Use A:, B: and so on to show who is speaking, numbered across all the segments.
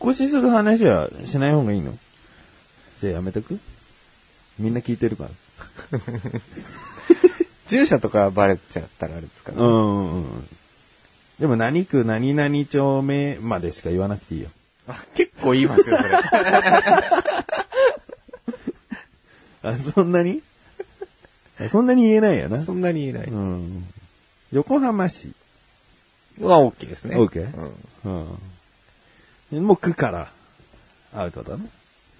A: 越しする話はしない方がいいのじゃあやめとくみんな聞いてるから。
B: 住所とかバレちゃったらあれですから、
A: う、んうんうん。でも何区何々丁目までしか言わなくていいよ。
B: あ結構言いますよ、それ。
A: あ、そんなにあ そんなに言えないよな。
B: そんなに言えない。
A: うん。横浜市。
B: は OK ですね。
A: OK
B: うん。
A: うん。もう区からアウトだね。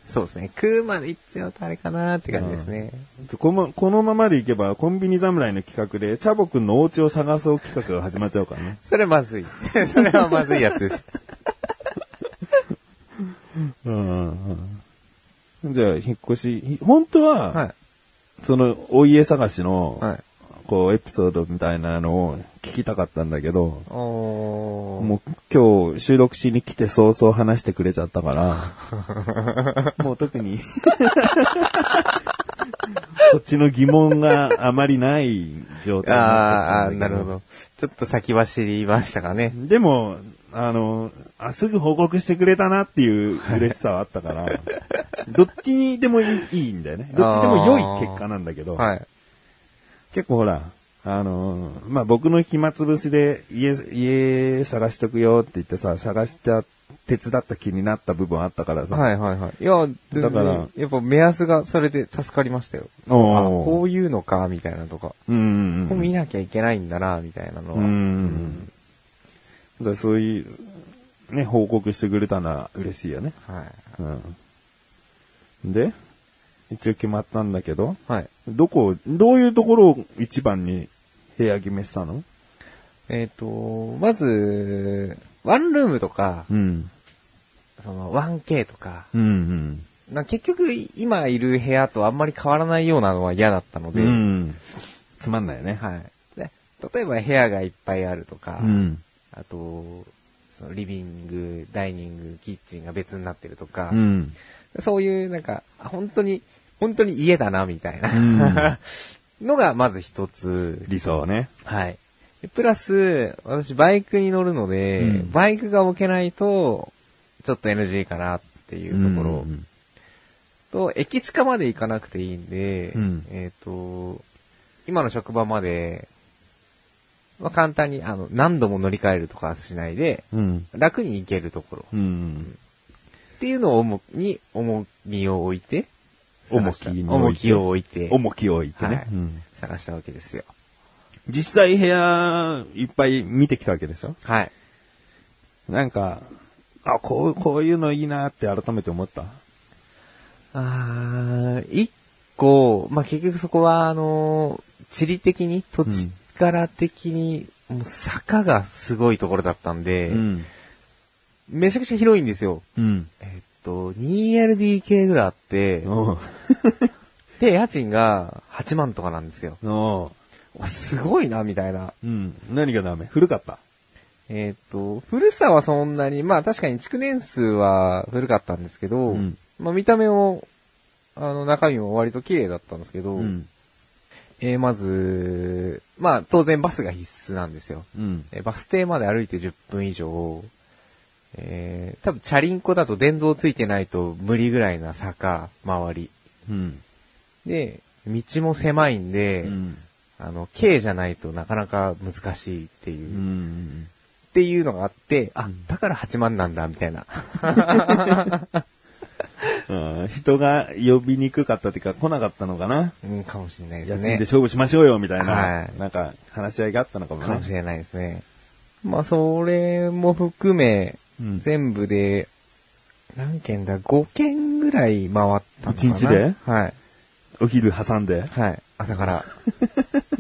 B: そうですね。食うまで行っちゃうとあれかなって感じですね。
A: このこのままでいけばコンビニ侍の企画でチャボくんのお家を探そう企画が始まっちゃうからね。
B: それまずい。 それはまずいやつです。
A: うん。じゃあ、引っ越し、ひ本当は、
B: は
A: その、お家探しの、
B: い。はい。
A: こう、エピソードみたいなのを聞きたかったんだけど、
B: おー。
A: もう今日収録しに来て早々話してくれちゃった から、もう特に、こっちの疑問があまりない状態になっちゃ
B: あー
A: った
B: あー、
A: ん
B: な
A: だけ
B: るほど。ちょっと先走りましたかね。
A: でも、あの、あ、すぐ報告してくれたなっていう嬉しさはあったから、どっちにでもいいいいんだよ ね。どっちでも良い結果なんだけど、
B: はい。
A: 結構ほら、あのーまあ、僕の暇つぶしで家、家探しとくよって言ってさ、探した、手伝った気になった部分あったからさ、
B: はいはいはい。いや、
A: だ
B: 全だ
A: か
B: からら、やっぱ目安がそれで助かりましたよ。あ
A: おー
B: こういうのか、みたいなとか。
A: うんうん
B: ここ見なきゃいけないんだな、みたいなの
A: うん。う
B: は。
A: ん。だからそういう、ね、報告してくれたのは嬉しいよね。
B: は
A: うん。で、一応決まったんだけど、
B: い。はい。
A: どこ、どういうところを一番に部屋決めしたの
B: えっ、と、まず、ワンルームとか、
A: うん。
B: その 1K とか、
A: うんうん。
B: なんか結局今いる部屋とあんまり変わらないようなのは嫌だったので、
A: うん。つまんないよね。
B: はい。で、例えば部屋がいっぱいあるとか、
A: うん。
B: あと、そのリビング、ダイニング、キッチンが別になってるとか、
A: うん。
B: そういうなんか、あ本当に、本当に家だな、みたいな、 のがまず一つ。
A: 理想ね。
B: はい。でプラス、私バイクに乗るので、
A: うん
B: バイクが置けないと、ちょっと NG かなっていうところ。
A: うん
B: と、駅近まで行かなくていいんで、
A: うん
B: えっ、と、今の職場まで、まあ、簡単に、あの、何度も乗り換えるとかしないで、
A: うん。
B: 楽に行けるところ。
A: うん。
B: っていうのを重に、重みを置いて、
A: 重き
B: 探し
A: に
B: た
A: 置
B: 重
A: いて
B: きを置いて、
A: 重きを置いて
B: は
A: ね
B: い。
A: うん
B: 探したわけですよ。
A: 実際部屋いっぱい見てきたわけでしょ
B: はい。
A: なんか、あ、こう、こういうのいいなって改めて思った。
B: あー一個、まあ、結局そこは、あのー地理的に、土地柄的に、もう坂がすごいところだったんで、
A: ん。
B: めちゃくちゃ広いんですよ。
A: うん。
B: えっと、2LDK ぐらいあって、
A: おう
B: で、家賃が8万とかなんですよ。
A: おう
B: おすごいな、みたいな。
A: うん。何がダメ古かった。
B: えっと、古さはそんなに、まあ確かに築年数は古かったんですけど、
A: うん
B: まあ見た目も、あの中身も割と綺麗だったんですけど、
A: うん。
B: えーまず、まあ当然バスが必須なんですよ。
A: うん。
B: えーバス停まで歩いて10分以上、えー、多分チャリンコだと電動ついてないと無理ぐらいな坂、周り。
A: うん。
B: で、道も狭いんで、
A: うん。
B: あの、軽じゃないとなかなか難しいっていうう、っ
A: ん。
B: ていうのがあって、あ、だから8万なんだ、みたいな。
A: うん人が呼びにくかったっていうか来なかったのかな。
B: うん、かもしれないで
A: 家賃
B: す
A: で
B: ね。
A: 勝負しましょうよみたいな、
B: はい
A: なんか話し合いがあったのかも
B: かもし
A: ね。
B: れないですね。まあ、それも含め、
A: うん
B: 全部で、何件だ ?5 件ぐらい回ったのかな。
A: 一日で
B: はい。
A: お昼挟んで。
B: はい。朝 から。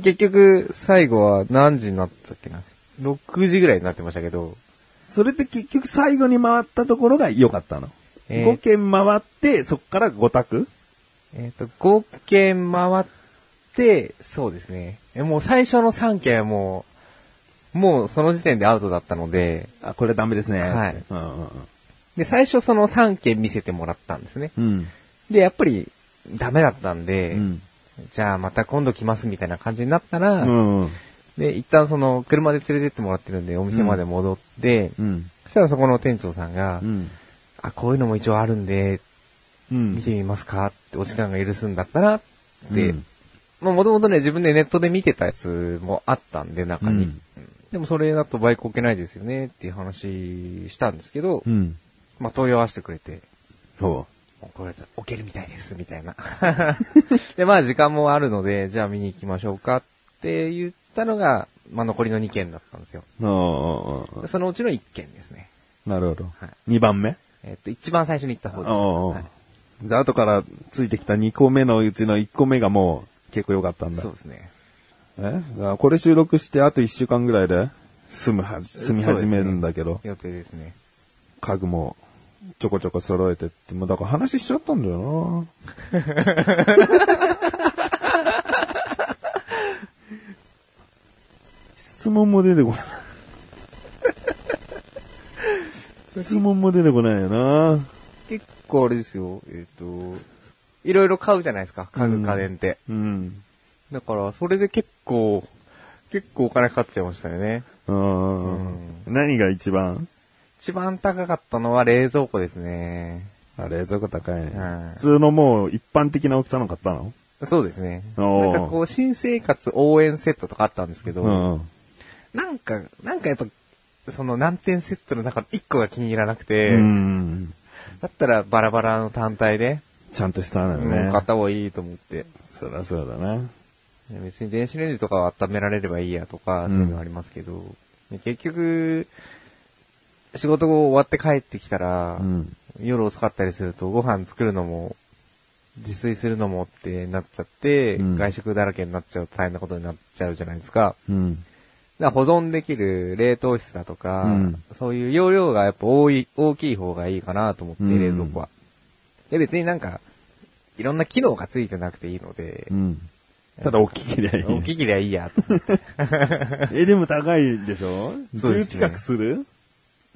B: 結局、最後は何時になったっけな ?6 時ぐらいになってましたけど、
A: それで結局最後に回ったところが良かったの。
B: えー
A: 5軒回って、そこから5択
B: えっ、と、5軒回って、そうですね。えもう最初の3軒はもう、もうその時点でアウトだったので、
A: あ、これダメですね。
B: はい
A: うんうん
B: で、最初その3軒見せてもらったんですね。
A: うん。
B: で、やっぱりダメだったん
A: う
B: で、
A: ん。
B: じゃあまた今度来ますみたいな感じになったら、
A: うん。うん。
B: で、一旦その車で連れてってもらってるんでお店まで戻って、
A: うん。
B: そしたらそこの店長さんが、
A: うん。
B: あ、こういうのも一応あるんで、
A: うん。
B: 見てみますかって、お時間が許すんだったら、って、
A: うん
B: まあもともとね、自分でネットで見てたやつもあったんで、中に。
A: うん
B: でもそれだとバイク置けないですよねっていう話したんですけど、
A: うん。
B: まあ問い合わせてくれて、
A: そ
B: これ置けるみたいです、みたいな。 で、まあ時間もあるので、じゃあ見に行きましょうかって言ったのが、まあ残りの2件だったんですよ。
A: う。あああああ
B: でそのうちの1件ですね。
A: あ、なるほど
B: はい。
A: 2番目
B: えっと、一番最初に行った方でした。
A: おうおう
B: はい
A: じゃあ後からついてきた2個目のうちの1個目がもう結構良かったんだ
B: そ。うですね。
A: えじゃあこれ収録してあと1週間ぐらいで住むはじ、住み始めるんだけど、
B: 予定ですね。
A: 家具もちょこちょこ揃えてって、もうだから話しちゃったんだよ な質問も出てこ ない。質問も出てこないよな
B: 結構あれですよ、えっ、と、いろいろ買うじゃないですか、家具家電って。
A: うん。
B: だから、それで結構、結構お金かかっちゃいましたよね。
A: うん。何が一番
B: 一番高かったのは冷蔵庫ですね。
A: あ、冷蔵庫高いね。
B: はい
A: 普通のもう一般的な大きさの買ったの
B: そうですね。
A: お
B: な
A: ー
B: んかこう、新生活応援セットとかあったんですけど、
A: うん。
B: なんか、なんかやっぱ、その難点セットの中の1個が気に入らなくて、
A: うん。
B: だったらバラバラの単体で、
A: ちゃんとしたのよ
B: うん
A: ね
B: 買っ。た方がいいと思って。
A: そりゃそうだな。
B: 別に電子レンジとかは温められればいいやとか、
A: う
B: そうんいうのありますけど、で結局、仕事が終わって帰ってきたら、
A: うん。
B: 夜遅かったりするとご飯作るのも、自炊するのもってなっちゃって、
A: うん
B: 外食だらけになっちゃうと大変なことになっちゃうじゃないですか。
A: うん。
B: だから保存できる冷凍室だとか、
A: うん
B: そういう容量がやっぱ多い、大きい方がいいかなと思って、
A: うん
B: 冷蔵庫は。で、別になんか、いろんな機能がついてなくていいので、
A: うん。ただ大きけりゃいい。
B: 大きけりゃいいや と思って。
A: え、でも高いでしょ
B: そうで
A: ?10
B: すね
A: 近くする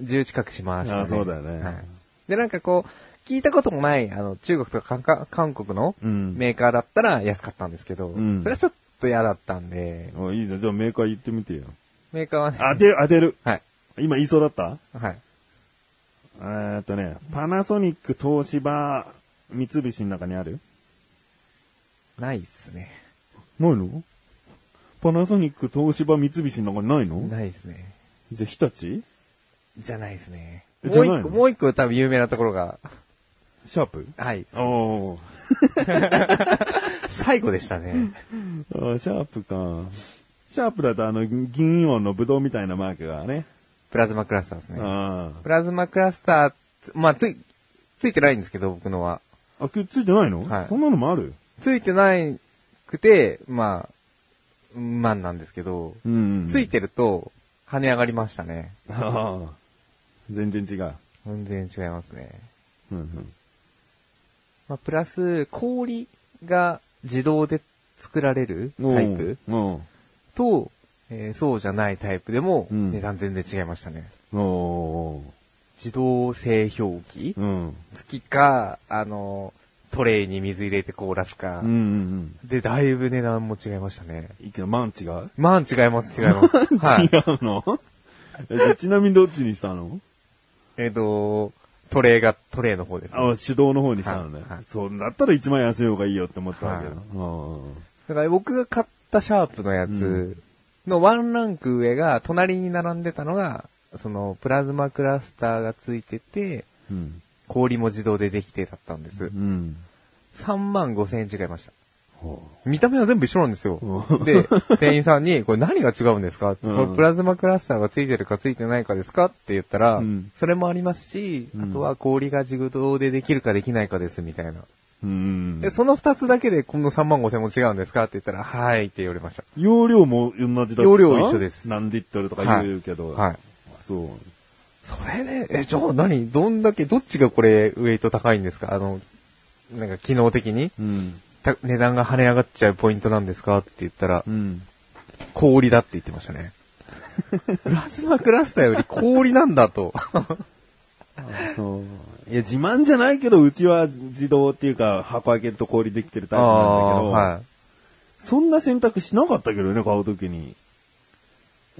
B: 10近くしました、ね。
A: あそうだよね
B: はい。で、なんかこう、聞いたこともない、あの、中国とか韓韓国の
A: うん
B: メーカーだったら安かったんですけど、
A: うん
B: それはちょっと嫌だったんで、
A: おいいじゃん。じゃあメーカー言ってみてよ。
B: メーカーはね、
A: 当てる、当てる。
B: はい。
A: 今言いそうだった
B: はい。
A: えーっとね、パナソニック、東芝、三菱の中にある
B: ないっすね。
A: ないのパナソニック、東芝、三菱の中にないの
B: ないっすね。
A: じゃあ日立
B: じゃないっすね。
A: え
B: もう
A: じゃな
B: 一
A: い
B: 個、
A: の
B: もう一個多分有名なところが、
A: シャープ
B: はい。
A: おー
B: 最後でしたね。
A: あーシャープか。シャープだとあの、銀音のブドウみたいなマークがね。
B: プラズマクラスターですね。
A: あ
B: プラズマクラスター、まあ、つい、ついてないんですけど、僕のは。
A: あ。あ、くっついてないの、
B: はい
A: そんなのもある
B: ついてないくて、まあ、マンなんですけど、
A: うん
B: つい てると、跳ね上がりましたね。
A: ああ。全然違う。
B: 全然違いますね。
A: うんうん。
B: まあ、プラス、氷が自動で作られるタイプ
A: お
B: と、えーそうじゃないタイプでも、
A: うん
B: 値段全然違いましたね。
A: うお
B: 自動製氷機
A: ううん。
B: 付きか、あの、トレイに水入れて凍らすか。
A: うんうん
B: で、だいぶ値段も違いましたね。
A: うん。いくらマン違う、
B: まあ違います、違います。はい。
A: 違うの えじゃあちなみにどっちにしたの
B: えっ、と、トレイが、トレイの方です、ね。
A: あ、手動の方にしたのね。
B: はいはい
A: そうだったら一番安い方がいいよって思ったわけだ。
B: は
A: う
B: だから僕が買ったシャープのやつのワンランク上が、隣に並んでたのが、そのプラズマクラスターがついてて、
A: ん。
B: 氷も自動でできてだったんで
A: う
B: す。
A: ん。
B: 3万5千円違いました。
A: ほ
B: 見た目は全部一緒なんですよ
A: う。ん
B: で、店員さんに、これ何が違うんですか、
A: うん
B: これプラズマクラスターがついてるかついてないかですかって言ったら、
A: うん
B: それもありますし、
A: うん
B: あとは氷が自動でできるかできないかです、みたいな。
A: ううん
B: で、。その2つだけでこの3万5千も違うんですかって言ったら、はいって言われました。
A: 容量も同じだっつった
B: 容量一緒です
A: 何リットルとか言うけど。
B: はい。
A: そう。
B: それで、え、じゃあ何どんだけ、どっちがこれ、ウェイト高いんですかあの、なんか機能的に、
A: うん。
B: た値段が跳ね上がっちゃうポイントなんですかって言ったら、
A: うん。
B: 氷だって言ってましたね。プラズマクラスターより氷なんだと。
A: そう。いや、自慢じゃないけど、うちは自動っていうか、箱開けると氷できてるタイプなんだけど、
B: はい。
A: そんな選択しなかったけどね、買うときに。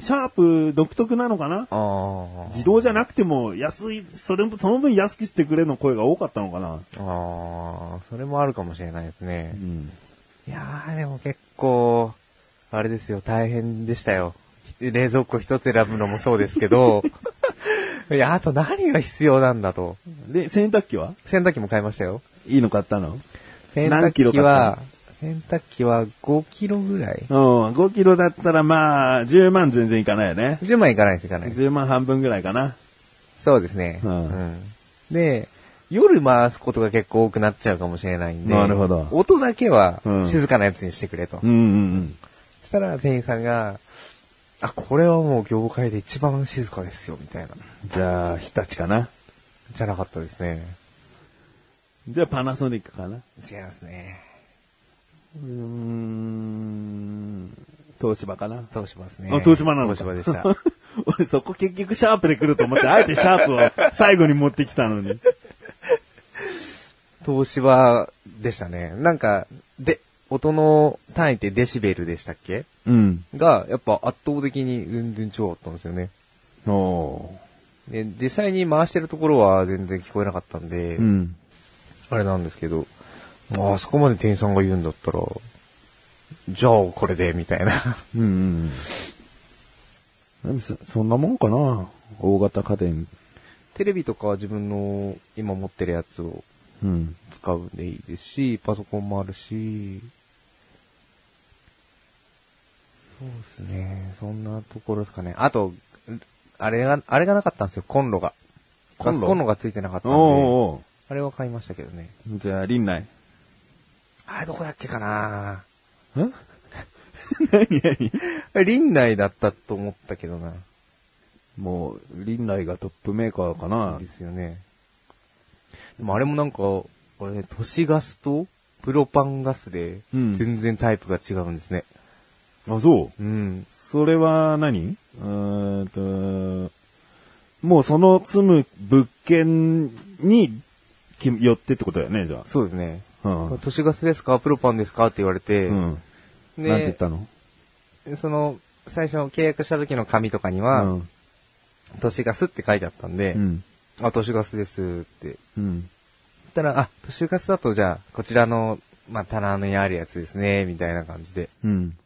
A: シャープ独特なのかな
B: あ
A: 自動じゃなくても安い、それも、その分安くしてくれの声が多かったのかな
B: あ。ああ、それもあるかもしれないですね
A: う。ん。
B: いやー、でも結構、あれですよ、大変でしたよ。ひ冷蔵庫一つ選ぶのもそうですけど、 いや、あと何が必要なんだと。
A: で、洗濯機は
B: 洗濯機も買いましたよ。
A: いいの買ったの
B: 洗
A: 何
B: 濯
A: キロ
B: 機
A: 買った
B: は、洗濯機は5キロぐらい
A: うん、5キロだったらまあ、10万全然いかないよね。
B: ?10 万いかないです、いかないです。
A: 10万半分ぐらいかな。
B: そうですね。
A: うん
B: で、夜回すことが結構多くなっちゃうかもしれないんで、
A: なるほど
B: 音だけは
A: うん
B: 静かなやつにしてくれと。
A: うんうん
B: したら店員さんが、あ、これはもう業界で一番静かですよ、みたいな。
A: うん。じゃあ、日立かな。
B: じゃなかったですね。
A: じゃあ、パナソニックかな。
B: 違いますね。
A: うーん、東芝かな。
B: 東芝ですね。
A: あ、東芝なのか
B: 東芝でした。。
A: 俺そこ結局シャープで来ると思って、あえてシャープを最後に持ってきたのに。
B: 東芝でしたね。なんか、で、音の単位ってデシベルでしたっけ
A: うん。
B: が、やっぱ圧倒的に全然違かったんですよね。
A: お
B: で、実際に回してるところは全然聞こえなかったんで、
A: うん。
B: あれなんですけど、まああそこまで店員さんが言うんだったら、じゃあこれで、みたいな。
A: うんうんうん。でもそそんなもんかな大型家電。
B: テレビとかは自分の今持ってるやつを
A: うん。
B: 使うんでいいですし、パソコンもあるし、そうですね、そんなところですかね。あと、あれが、あれがなかったんですよ、コンロが。
A: コ
B: コ
A: ンロ
B: ンロコンロがついてなかったんで、
A: おうお
B: あれは買いましたけどね。
A: うじゃあ、林内。ん
B: あれどこだっけかな
A: 何 何
B: 林内だったと思ったけどな。
A: もう、林内がトップメーカーかな
B: ですよね。でもあれもなんか、あれ、都市ガスとプロパンガスで、
A: うん
B: 全然タイプが違うんですね。
A: あ、そう。
B: うん。
A: それは何うーんと、もうその住む物件にきよってってことだよね、じゃ
B: そうですね。
A: あ。うん。
B: 都市ガスですかプロパンですかって言われて、
A: うん。
B: で
A: なんて言ったの
B: その、最初契約した時の紙とかには、
A: うん。
B: 都市ガスって書いてあったんで、
A: うん。
B: あ、都市ガスですって。言
A: うん。
B: ったら、あ、都市ガスだとじゃあ、こちらの、まあ、棚にあるやつですね、みたいな感じで。
A: うん。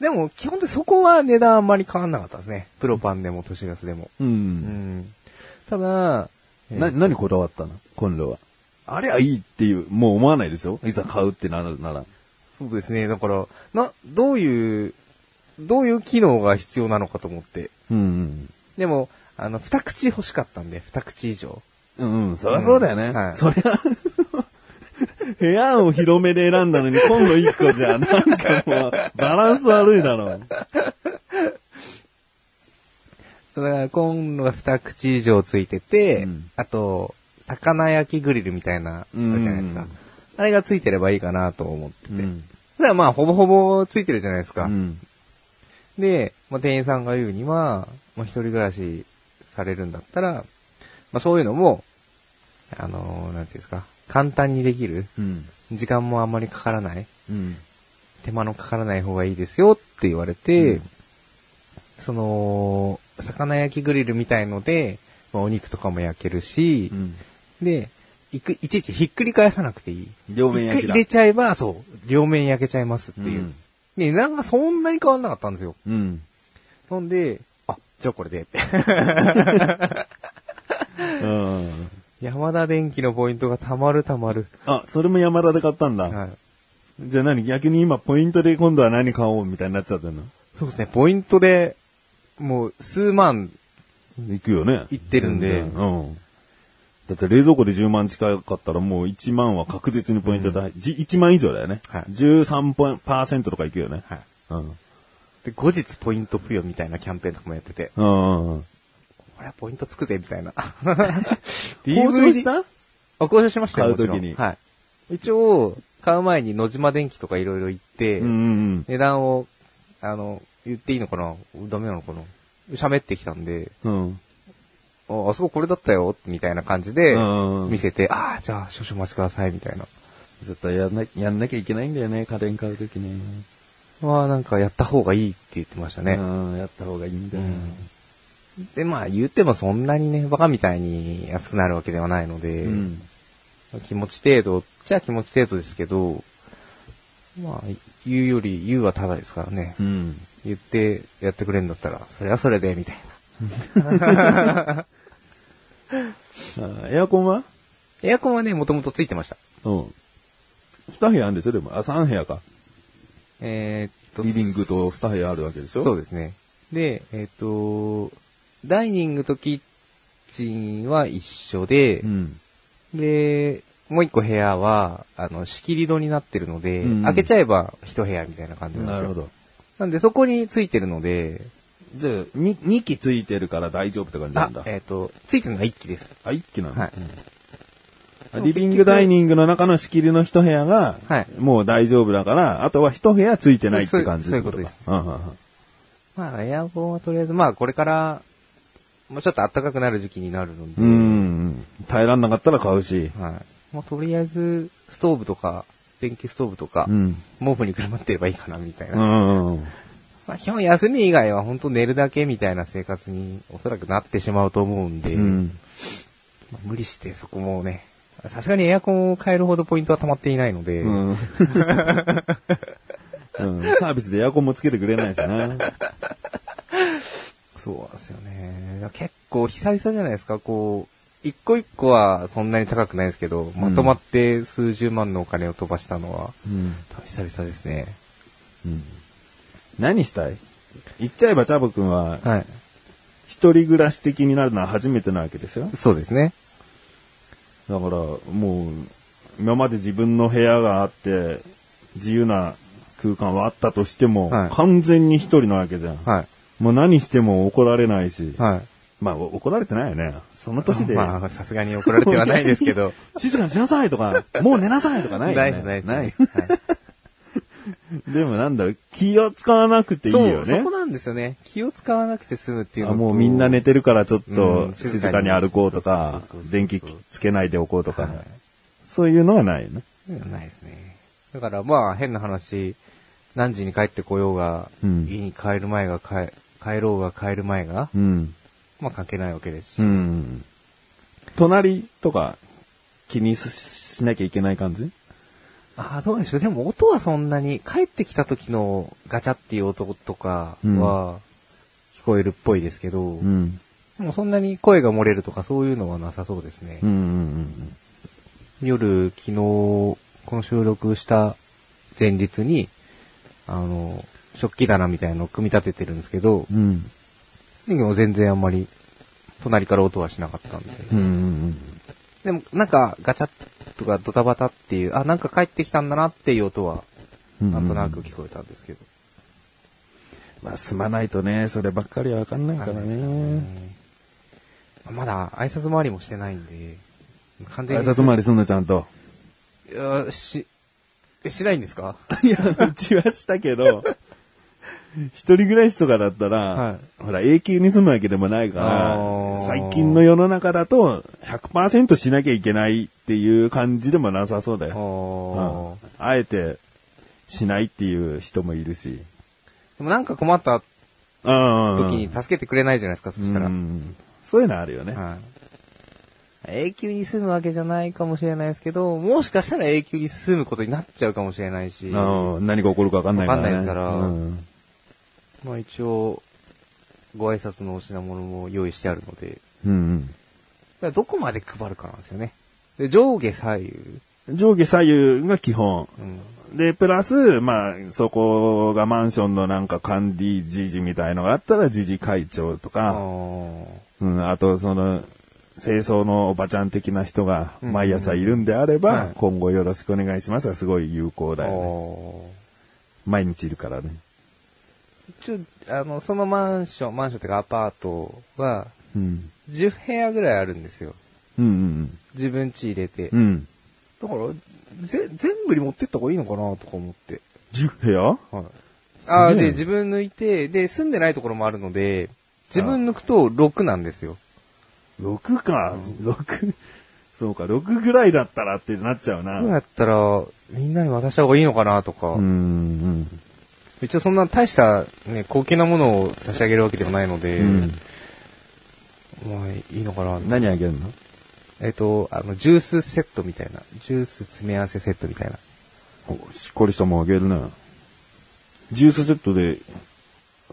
B: でも、基本的にそこは値段あんまり変わんなかったですね。プロパンでも都市ガスでも。
A: う。
B: うんん。ただ、
A: な、何こだわったのコンロは。あれはいいっていう、もう思わないですよ。いざ買うってなるなら。
B: そうですね。だから、な、どういう、どういう機能が必要なのかと思って。
A: うん
B: でも、あの、二口欲しかったんで、二口以上。
A: うん。うんうん。そりゃそうだよね。
B: うんはい
A: そりゃ、部屋を広めで選んだのにコンロ1個じゃ、なんかもう、バランス悪いだろう。
B: だから、コンロが二口以上ついてて、
A: うん
B: あと、魚焼きグリルみたいな、あるじゃないです
A: う
B: か
A: ん。
B: あれがついてればいいかなと思ってて。
A: う
B: だ
A: ん
B: からまあ、ほぼほぼついてるじゃないです
A: う
B: か。
A: ん。
B: で、まあ、店員さんが言うには、まあ、一人暮らしされるんだったら、まあ、そういうのも、あのーなんていうんですか、簡単にできる。
A: うん。
B: 時間もあんまりかからない。
A: うん。
B: 手間のかからない方がいいですよって言われて、
A: うん
B: その、魚焼きグリルみたいので、まあ、お肉とかも焼けるし、で、いく、いちいちひっくり返さなくていい。
A: 両面焼き
B: 一
A: だ
B: 回入れちゃえば、そう、両面焼けちゃいますっていう。
A: うん
B: で、なんかそんなに変わんなかったんですよ。
A: うん。
B: ほんで、あ、じゃあこれでって。
A: うん。
B: 山田電機のポイントがたまるたまる。
A: あ、それも山田で買ったんだ。
B: はい。
A: じゃあ何逆に今ポイントで今度は何買おうみたいになっちゃってんの
B: そうですね、ポイントで、もう数万、
A: 行くよね。
B: 行ってるんで
A: 全然うん。だって冷蔵庫で10万近かったらもう1万は確実にポイントで、じ1万以上だよね。
B: はい
A: 13ポインパーセントとか行くよね。
B: はい。
A: うん。
B: で、後日ポイント付与みたいなキャンペーンとかもやってて、
A: うんうん。
B: これはポイントつくぜ、みたい な。
A: 交渉し
B: あ、
A: た
B: 交渉しましたよ、
A: 買う時
B: もちろん
A: に
B: はい。一応、買う前に野島電機とかいろいろ行って、
A: うんうん
B: 値段を、あの、言っていいのかなダメなのかな喋ってきたんで、
A: うん。うん。
B: あ、あそここれだったよ、みたいな感じで
A: うんうん、
B: 見せて、ああ、じゃあ少々お待ちください、みたいな。
A: 絶対やんな、やんなきゃいけないんだよね、家電買うときね。
B: はなんかやった方がいいって言ってましたね。
A: うん、やった方がいいんだよな。
B: で、まあ言ってもそんなにね、バカみたいに安くなるわけではないので、
A: うん。
B: 気持ち程度、じゃあ気持ち程度ですけど、まあ、言うより言うはただですからね。
A: うん。
B: 言ってやってくれるんだったら、それはそれで、みたい な。
A: あエアコンは
B: エアコンはね、もともとついてました。
A: うん。二部屋あるんでしょでも。あ、三部屋か。
B: えーっと、
A: リビングと二部屋あるわけでしょ
B: そうですね。で、えっ、と、ダイニングとキッチンは一緒で、
A: うん。
B: で、もう一個部屋は、あの、仕切り戸になってるので、
A: うん
B: 開けちゃえば一部屋みたいな感じなんです
A: な
B: よ。
A: るほ。ど。
B: なんで、そこについてるので、
A: じゃあ、に二機ついてるから大丈夫って感じな
B: あ
A: んだ、。
B: えっ、と、ついてるのが一機です。
A: あ、一機なの
B: はい。
A: あリビングダイニングの中の仕切りの一部屋が、
B: はい
A: もう大丈夫だから、あとは一部屋ついてないって感じ
B: そうそういうことです
A: ってか。うんうんうん
B: まあ、エアコンはとりあえず、まあ、これから、もうちょっと暖かくなる時期になるので、
A: うん。耐えらんなかったら買うし。
B: はい。もうとりあえず、ストーブとか、電気ストーブとか、
A: うん。
B: 毛布にくるまってればいいかな、みたいな。
A: うんうん。
B: まあ、基本休み以外は本当寝るだけみたいな生活におそらくなってしまうと思うんで、
A: うん。
B: まあ無理してそこもね、さすがにエアコンを変えるほどポイントは溜まっていないので、
A: うん。うん、サービスでエアコンもつけてくれないですね。
B: そうなんですよね。結構久々じゃないですか、こう、一個一個はそんなに高くないですけど、まとまって数十万のお金を飛ばしたのは、
A: うん。
B: 多分久々ですね。
A: うん。何したい言っちゃえばチャボくんは、
B: はい。
A: 一人暮らし的になるのは初めてなわけですよ。
B: そうですね。
A: だから、もう、今まで自分の部屋があって、自由な空間はあったとしても、
B: はい
A: 完全に一人なわけじゃん。
B: は
A: もう何しても怒られないし
B: い。、はい。
A: まあお怒られてないよね。その年で、
B: まあ、さすがに怒られてはないですけど、
A: 静かにしなさいとか、もう寝なさいと かないよね。
B: ですです
A: ない。
B: はい
A: でもなんだろう、気を使わなくていいよ
B: そ
A: ね
B: う、そこ。なんですよね。気を使わなくて済むっていうの
A: あ
B: と
A: もうみんな寝てるからちょっ
B: う
A: と
B: ん
A: 静かに歩こうとか
B: そうそうそうそ、う
A: 電気つけないでおこうとか
B: は、
A: そういうのはないよね。
B: ないですね。だからまあ変な話、何時に帰ってこようが、
A: うん
B: 家に帰る前が帰、帰ろうが帰る前が、
A: うん。
B: まあ関係ないわけですし。
A: うん。隣とか気にししなきゃいけない感じ
B: ああ、どうでしょう。でも音はそんなに、帰ってきた時のガチャっていう音とかは、聞こえるっぽいですけど、
A: ん。
B: でもそんなに声が漏れるとかそういうのはなさそうですね。
A: うんうん
B: 夜、昨日、この収録した前日に、あの、食器棚みたいなのを組み立ててるんですけど
A: うん。う、ん。
B: でも全然あんまり、隣から音はしなかったんで。
A: うんうん
B: でも、なんか、ガチャッとかドタバタっていう、あ、なんか帰ってきたんだなっていう音は、
A: うん。
B: なんとなく聞こえたんですけど。
A: まあ、すまないとね、そればっかりはわかんないからね。
B: うんまだ、挨拶回りもしてないんで、完全
A: 挨
B: に。
A: 拶回りすんのちゃんと。
B: り。いや、し、えしないんですか
A: いや、うちはしたけど、 一人暮らしとかだったら、
B: は
A: ほら、永久に住むわけでもないか
B: あ
A: ら、
B: ー
A: 最近の世の中だと100%しなきゃいけないっていう感じでもなさそうだ
B: あ
A: よ。
B: ー
A: うんあえて、しないっていう人もいるし。
B: でもなんか困った
A: うんうんうん
B: 時に助けてくれないじゃないですか、そしたら。
A: うんそういうのあるよね。
B: はい。永久に住むわけじゃないかもしれないですけど、もしかしたら永久に住むことになっちゃうかもしれないし、ま
A: うん何が起こるか分かんないからね。
B: わかんないですから
A: うん
B: あ一応、ご挨拶のお品物も用意してあるので、だか
A: うん
B: らどこまで配るかなんですよね。で、上下左右。
A: うん上下左右が基本。
B: うん。
A: で、プラス、まあ、そこがマンションのなんか管理時事みたいのがあったら、時事会長と
B: あ
A: か、うん、あと、その、清掃のおばちゃん的な人が
B: うん
A: 毎朝いるんであれば、
B: はい
A: 今後よろしくお願いしますが、すごい有効
B: あ
A: だよね。毎日いるからね。
B: 一応、あの、そのマンション、マンションっていうかアパートは、
A: うん。
B: 10部屋ぐらいあるんですよ。
A: うん
B: 自分家入れて。
A: うんうん。うん。
B: だから、ぜ、全部に持ってった方がいいのかなとか思って。
A: 10部屋
B: はい。
A: すげえ
B: ああ、で、自分抜いて、で、住んでないところもあるので、自分抜くと6なんですよ。
A: ?6 か。6。そうか、6ぐらいだったらってなっちゃうな。
B: どうやったら、みんなに渡した方がいいのかなとか、
A: うんうん。
B: 一応そんな大した、ね、高級なものを差し上げるわけでもないので、
A: うん。
B: まあ、いいのかな。
A: 何あげるの
B: えっ、と、あの、ジュースセットみたいな。ジュース詰め合わせセットみたいな。
A: おしっかりしたもんあげるな。ジュースセットで、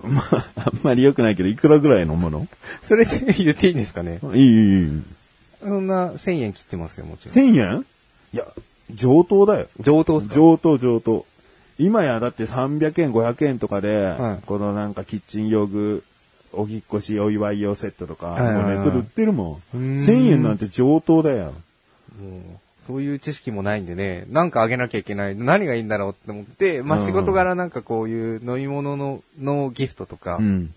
A: まあ、あんまり良くないけど、いくらぐらいのも の
B: それで言っていいんですかね
A: いい、いい、いい。
B: そんな1000円切ってますよ、もちろん。
A: 1000円いや、上等だよ。
B: 上等っすか
A: 上等、上等。今やだって300円、500円とかで、
B: はい
A: このなんかキッチン用具、お引っ越しお祝い用セットとか、
B: はいはいはい
A: もうネットで売ってるもん。
B: うーん
A: 1000円なんて上等だよ。
B: もう、そういう知識もないんでね、なんかあげなきゃいけない。何がいいんだろうって思って、ま
A: うん
B: あ仕事柄なんかこういう飲み物の、のギフトとか、
A: う
B: っ
A: ん。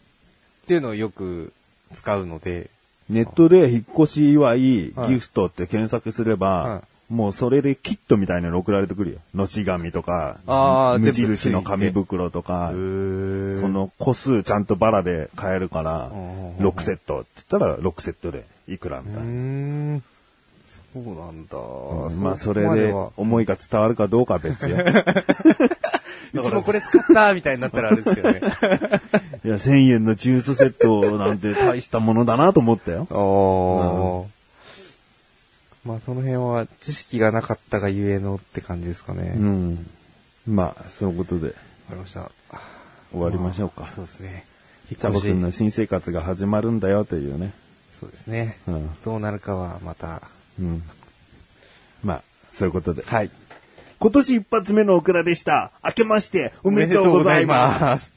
B: ていうのをよく使うので、
A: ネットで引っ越し祝いギ
B: はい
A: フトって検索すれば、
B: は
A: もうそれでキットみたいなの送られてくるよ。のし紙とか
B: あ、ー
A: 無
B: 全部つい
A: 印
B: て
A: の紙袋とか、そ
B: そ、
A: の個数ちゃんとバラで買えるから
B: うんうん、うん
A: 6セットって言ったら6セットでいくらみ
B: う
A: たいな。
B: ーん。そうなんだ。
A: まあそ
B: こ
A: れ
B: ま
A: で
B: は
A: 思いが伝わるかどうかは別 よ。い
B: うちもこれ使ったみたいになったらあれですよ ね。
A: や、1000円のジュースセットなんて大したものだなと思ったよ。
B: おー。まあその辺は知識がなかったがゆえのって感じですかね。
A: う
B: わか
A: ん。まあ、そういうことで
B: りました。
A: 終わりましょうか。
B: そうですね。引
A: チャボくんの新生活が始まるんだよというね。
B: そうですね。
A: うん
B: どうなるかはまた。
A: うん。まあ、そういうことで。
B: はい。
A: 今年一発目のオクラでした。明けましてお
B: お
A: めでとうございます。
B: す。